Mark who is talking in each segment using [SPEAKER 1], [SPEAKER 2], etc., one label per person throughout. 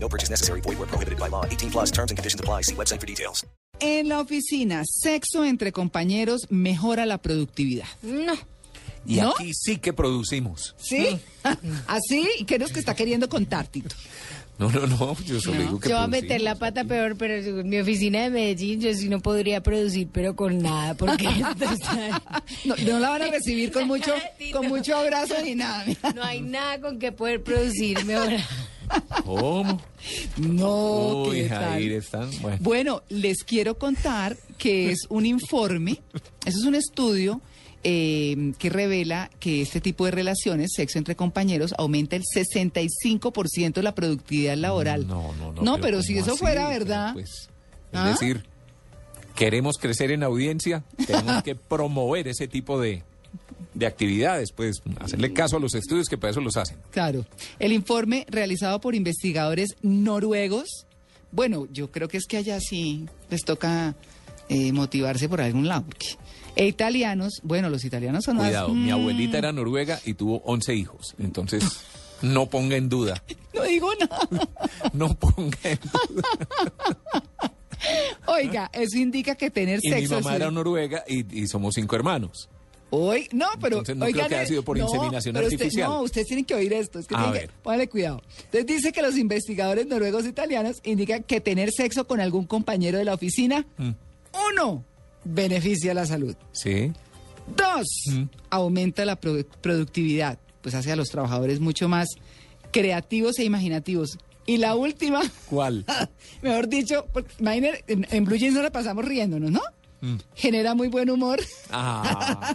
[SPEAKER 1] No purchase necessary. Void where prohibited by law. 18 plus terms and conditions apply. See website for details.
[SPEAKER 2] En la oficina, sexo entre compañeros mejora la productividad.
[SPEAKER 3] No.
[SPEAKER 4] Y
[SPEAKER 2] ¿No?
[SPEAKER 4] aquí sí que producimos.
[SPEAKER 2] ¿Sí? ¿Así? ¿Y qué es lo que está queriendo contar, Tito?
[SPEAKER 4] No, no, no, yo solo digo que
[SPEAKER 5] Yo voy a
[SPEAKER 4] producimos.
[SPEAKER 5] meter la pata peor, pero en mi oficina de Medellín yo sí no podría producir, pero con nada, porque esto está-
[SPEAKER 2] No, no la van a recibir con mucho, con mucho abrazo ni nada. mira.
[SPEAKER 5] no hay nada con que poder producirme ahora.
[SPEAKER 4] ¿Cómo?
[SPEAKER 2] No,
[SPEAKER 4] Uy,
[SPEAKER 2] ¿qué tal?
[SPEAKER 4] Jair, están... Bueno.
[SPEAKER 2] Bueno, les quiero contar que es un informe, eso es un estudio eh, que revela que este tipo de relaciones, sexo entre compañeros, aumenta el 65% la productividad laboral.
[SPEAKER 4] No, no, no.
[SPEAKER 2] No, pero, si
[SPEAKER 4] ¿cómo
[SPEAKER 2] eso
[SPEAKER 4] así?
[SPEAKER 2] fuera
[SPEAKER 4] Pero,
[SPEAKER 2] verdad,
[SPEAKER 4] pues, es
[SPEAKER 2] ¿Ah?
[SPEAKER 4] decir, queremos crecer en audiencia, tenemos que promover ese tipo de, de actividades, pues hacerle caso a los estudios que para eso los hacen.
[SPEAKER 2] claro. El informe realizado por investigadores noruegos, bueno, yo creo que es que allá sí les toca eh, motivarse por algún lado. Porque, e italianos, bueno, los italianos son más- mm,
[SPEAKER 4] Cuidado, mi abuelita era noruega y tuvo 11 hijos, entonces no ponga en duda,
[SPEAKER 2] No digo nada.
[SPEAKER 4] no ponga en duda.
[SPEAKER 2] Oiga, eso indica que tener
[SPEAKER 4] Y mi
[SPEAKER 2] sexo.
[SPEAKER 4] mamá
[SPEAKER 2] es-
[SPEAKER 4] era noruega y, y somos cinco hermanos.
[SPEAKER 2] Hoy, no, pero.
[SPEAKER 4] Entonces, no creo
[SPEAKER 2] oigan,
[SPEAKER 4] que haya sido por
[SPEAKER 2] no,
[SPEAKER 4] inseminación
[SPEAKER 2] pero usted-
[SPEAKER 4] artificial.
[SPEAKER 2] no, ustedes tienen que oír esto. Es que
[SPEAKER 4] A
[SPEAKER 2] tienen que-
[SPEAKER 4] ver.
[SPEAKER 2] póngale cuidado. Entonces dice que los investigadores noruegos e italianos indican que tener sexo con algún compañero de la oficina,
[SPEAKER 4] Mm.
[SPEAKER 2] uno, beneficia la salud.
[SPEAKER 4] Sí.
[SPEAKER 2] Dos, aumenta la produ- productividad, pues hace a los trabajadores mucho más creativos e imaginativos. Y la última,
[SPEAKER 4] ¿Cuál?
[SPEAKER 2] mejor dicho, porque, imagínate, en, en Blue Jeans no la pasamos riéndonos, ¿no? Genera muy buen humor.
[SPEAKER 4] Ah,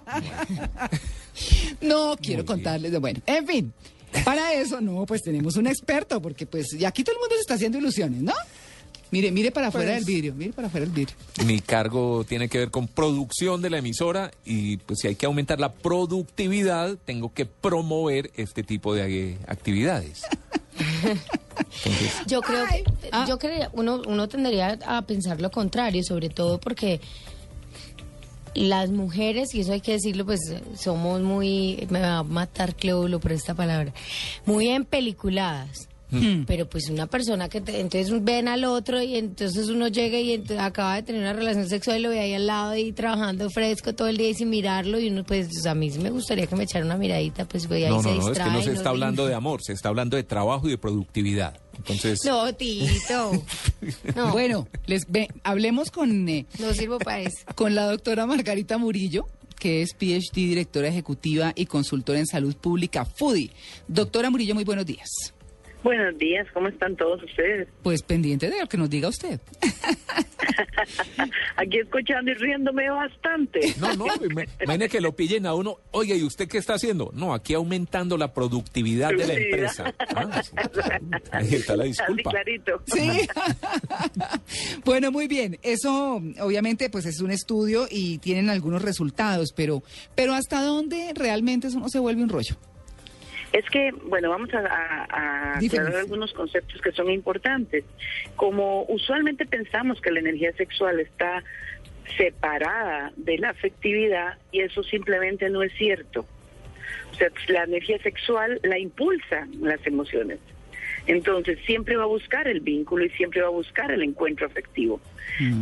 [SPEAKER 2] No quiero
[SPEAKER 4] bien.
[SPEAKER 2] contarles de bueno. En fin, para eso no, pues tenemos un experto, porque pues ya aquí todo el mundo se está haciendo ilusiones, ¿no? Mire, mire para afuera del vidrio, mire para afuera del vidrio.
[SPEAKER 4] Mi cargo tiene que ver con producción de la emisora y pues si hay que aumentar la productividad, tengo que promover este tipo de eh, actividades.
[SPEAKER 5] Yo creo,
[SPEAKER 2] Ay. Ah.
[SPEAKER 5] yo creo, uno, uno tendría a pensar lo contrario, sobre todo porque las mujeres, y eso hay que decirlo, pues somos muy, me va a matar Cleóbulo por esta palabra, muy empeliculadas.
[SPEAKER 4] Hmm.
[SPEAKER 2] Hmm.
[SPEAKER 5] Pero pues una persona que te- entonces ven al otro y entonces uno llega y ent- acaba de tener una relación sexual y lo ve ahí al lado y trabajando fresco todo el día y sin mirarlo y uno pues a mí sí me gustaría que me echara una miradita, pues voy ahí
[SPEAKER 4] No,
[SPEAKER 5] se
[SPEAKER 4] no, no, es
[SPEAKER 5] distrae.
[SPEAKER 4] que no se está
[SPEAKER 5] ve-
[SPEAKER 4] hablando de amor, se está hablando de trabajo y de productividad. Entonces,
[SPEAKER 5] No, Tito. No.
[SPEAKER 2] Bueno, les ve- hablemos con, eh,
[SPEAKER 5] No sirvo para eso.
[SPEAKER 2] con la doctora Margarita Murillo, que es PhD, directora ejecutiva y consultora en salud pública, FUDI. Doctora Murillo, muy buenos días.
[SPEAKER 6] Buenos días, ¿cómo están todos ustedes?
[SPEAKER 2] Pues pendiente de lo que nos diga usted.
[SPEAKER 6] Aquí escuchando y riéndome bastante.
[SPEAKER 4] no, no, me- imagine que lo pillen a uno, oye, ¿y usted qué está haciendo? No, aquí aumentando la productividad de la empresa. Ah, sí, claro. ahí está la
[SPEAKER 6] Así
[SPEAKER 4] disculpa.
[SPEAKER 6] clarito.
[SPEAKER 2] Sí. bueno, muy bien. Eso obviamente pues es un estudio y tienen algunos resultados, pero pero hasta dónde realmente eso no se vuelve un rollo.
[SPEAKER 6] Es que, bueno, vamos a, a- a aclarar
[SPEAKER 2] Diferencia.
[SPEAKER 6] algunos conceptos que son importantes. Como usualmente pensamos que la energía sexual está separada de la afectividad y eso simplemente no es cierto. O sea, la energía sexual la impulsa las emociones. Entonces, siempre va a buscar el vínculo y siempre va a buscar el encuentro afectivo.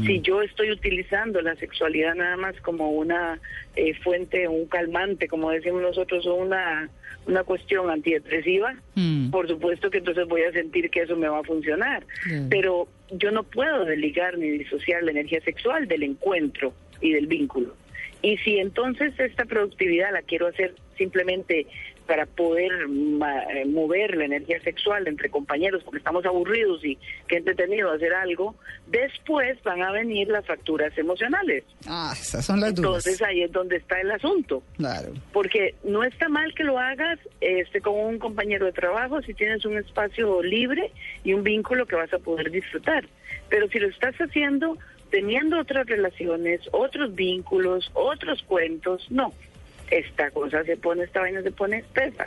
[SPEAKER 6] Si yo estoy utilizando la sexualidad nada más como una eh, fuente, un calmante, como decimos nosotros, o una, una cuestión antidepresiva,
[SPEAKER 2] Mm.
[SPEAKER 6] por supuesto que entonces voy a sentir que eso me va a funcionar.
[SPEAKER 2] Claro.
[SPEAKER 6] Pero yo no puedo desligar ni disociar la energía sexual del encuentro y del vínculo. Y si entonces esta productividad la quiero hacer simplemente para poder ma- eh, mover la energía sexual entre compañeros porque estamos aburridos y que entretenido hacer algo, después van a venir las facturas emocionales.
[SPEAKER 2] Ah, esas son las dudas.
[SPEAKER 6] Entonces ah, ahí es donde está el asunto
[SPEAKER 2] Claro.
[SPEAKER 6] porque no está mal que lo hagas este con un compañero de trabajo si tienes un espacio libre y un vínculo que vas a poder disfrutar. Pero si lo estás haciendo teniendo otras relaciones, otros vínculos, otros cuentos, no. Esta cosa se pone, esta vaina se pone espesa.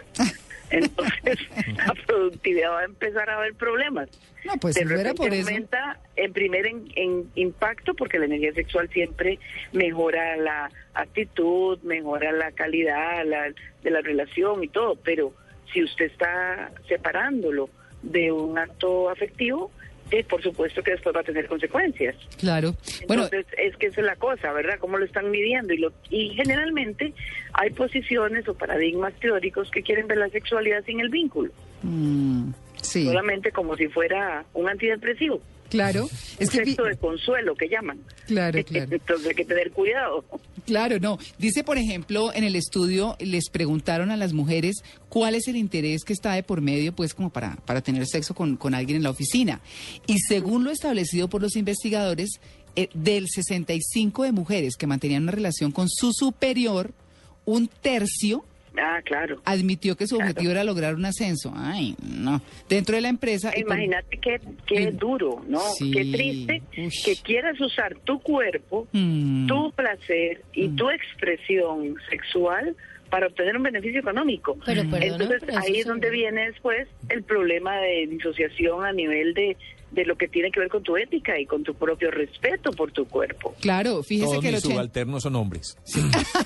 [SPEAKER 6] Entonces, la productividad va a empezar a haber problemas.
[SPEAKER 2] No, pues
[SPEAKER 6] de
[SPEAKER 2] si no era
[SPEAKER 6] repente
[SPEAKER 2] por eso.
[SPEAKER 6] aumenta en primer en- en impacto porque la energía sexual siempre mejora la actitud, mejora la calidad la- de la relación y todo, pero si usted está separándolo de un acto afectivo, eh, por supuesto que después va a tener consecuencias.
[SPEAKER 2] Claro. Bueno,
[SPEAKER 6] Entonces, es que esa es la cosa, ¿verdad? ¿Cómo lo están midiendo? Y, lo, y generalmente hay posiciones o paradigmas teóricos que quieren ver la sexualidad sin el vínculo,
[SPEAKER 2] mm, sí,
[SPEAKER 6] solamente como si fuera un antidepresivo,
[SPEAKER 2] claro. Es
[SPEAKER 6] un
[SPEAKER 2] que, fi-
[SPEAKER 6] sexo de consuelo que llaman.
[SPEAKER 2] claro, claro.
[SPEAKER 6] Entonces hay que tener cuidado.
[SPEAKER 2] Claro, no. Dice, por ejemplo, en el estudio les preguntaron a las mujeres cuál es el interés que está de por medio, pues, como para, para tener sexo con, con alguien en la oficina. Y según lo establecido por los investigadores, eh, del 65 de mujeres que mantenían una relación con su superior, un tercio
[SPEAKER 6] Ah, claro.
[SPEAKER 2] admitió que su
[SPEAKER 6] Claro.
[SPEAKER 2] objetivo era lograr un ascenso. Ay, no. Dentro de la empresa. Ah, y con-
[SPEAKER 6] Imagínate qué, qué
[SPEAKER 2] Bien.
[SPEAKER 6] duro, ¿no?
[SPEAKER 2] Sí.
[SPEAKER 6] Qué triste
[SPEAKER 2] Uy.
[SPEAKER 6] que quieras usar tu cuerpo,
[SPEAKER 2] Mm.
[SPEAKER 6] tu placer y tu expresión sexual para obtener un beneficio económico.
[SPEAKER 5] Pero, perdona,
[SPEAKER 6] Entonces
[SPEAKER 5] pero eso
[SPEAKER 6] ahí es
[SPEAKER 5] se-
[SPEAKER 6] donde viene después el problema de disociación a nivel de, de lo que tiene que ver con tu ética y con tu propio respeto por tu cuerpo.
[SPEAKER 2] Claro, fíjese
[SPEAKER 4] Todos
[SPEAKER 2] que el
[SPEAKER 4] mis
[SPEAKER 2] 80
[SPEAKER 4] subalternos son hombres.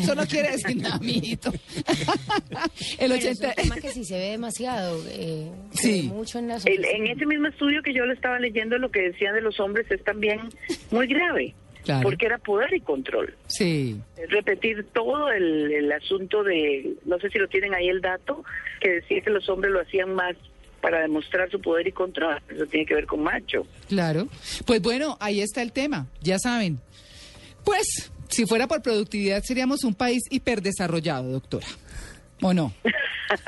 [SPEAKER 2] Eso no quiere decir nada, mijito. El
[SPEAKER 5] Pero es
[SPEAKER 2] 80...
[SPEAKER 5] un tema que sí se ve demasiado, eh, se
[SPEAKER 2] Sí.
[SPEAKER 5] ve mucho en las
[SPEAKER 6] El- en este
[SPEAKER 5] oficinas.
[SPEAKER 6] ese mismo estudio que yo le estaba leyendo, lo que decían de los hombres es también muy grave,
[SPEAKER 2] Claro.
[SPEAKER 6] porque era poder y control.
[SPEAKER 2] Sí.
[SPEAKER 6] Es repetir todo el, el asunto de, no sé si lo tienen ahí el dato, que decía que los hombres lo hacían más para demostrar su poder y control. Eso tiene que ver con macho.
[SPEAKER 2] Claro. Pues bueno, ahí está el tema, ya saben. Pues, si fuera por productividad, seríamos un país hiperdesarrollado, doctora. ¿O no?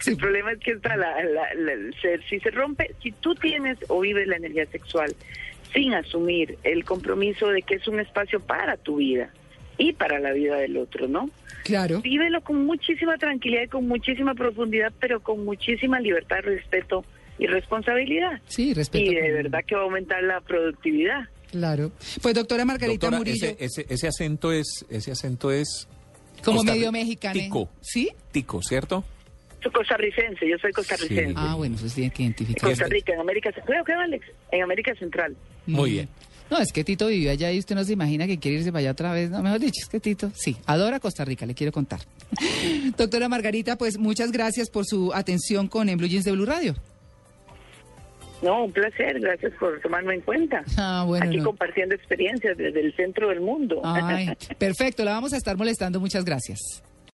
[SPEAKER 2] Sí.
[SPEAKER 6] El problema es que está la, la- la- se- si se rompe, si tú tienes o vives la energía sexual sin asumir el compromiso de que es un espacio para tu vida y para la vida del otro, ¿no?
[SPEAKER 2] Claro.
[SPEAKER 6] Vívelo con muchísima tranquilidad y con muchísima profundidad, pero con muchísima libertad, respeto y responsabilidad.
[SPEAKER 2] Sí, respeto.
[SPEAKER 6] Y de
[SPEAKER 2] con-
[SPEAKER 6] verdad que va a aumentar la productividad.
[SPEAKER 2] Claro. Pues doctora Margarita
[SPEAKER 4] Doctora,
[SPEAKER 2] Murillo,
[SPEAKER 4] ese, ese- ese acento es, ese acento es
[SPEAKER 2] como
[SPEAKER 4] Costa
[SPEAKER 2] medio
[SPEAKER 4] Rica.
[SPEAKER 2] mexicano.
[SPEAKER 4] Tico.
[SPEAKER 2] ¿Sí?
[SPEAKER 4] tico, ¿cierto?
[SPEAKER 6] Soy costarricense, yo soy costarricense.
[SPEAKER 4] Sí.
[SPEAKER 2] Ah, bueno, pues tiene que
[SPEAKER 6] En
[SPEAKER 2] identificar.
[SPEAKER 6] Costa Rica, en América Central. Creo que Alex, en América Central.
[SPEAKER 4] Muy bien.
[SPEAKER 2] No, es que Tito vivió allá y usted no se imagina que quiere irse para allá otra vez. No, mejor dicho, es que Tito, sí, adora Costa Rica, le quiero contar. Doctora Margarita, pues muchas gracias por su atención con En Blue Jeans de Blue Radio.
[SPEAKER 6] No, un placer, gracias por tomarme en cuenta.
[SPEAKER 2] Ah, bueno,
[SPEAKER 6] Aquí
[SPEAKER 2] no.
[SPEAKER 6] compartiendo experiencias desde el centro del mundo.
[SPEAKER 2] Ay, perfecto, la vamos a estar molestando. Muchas gracias.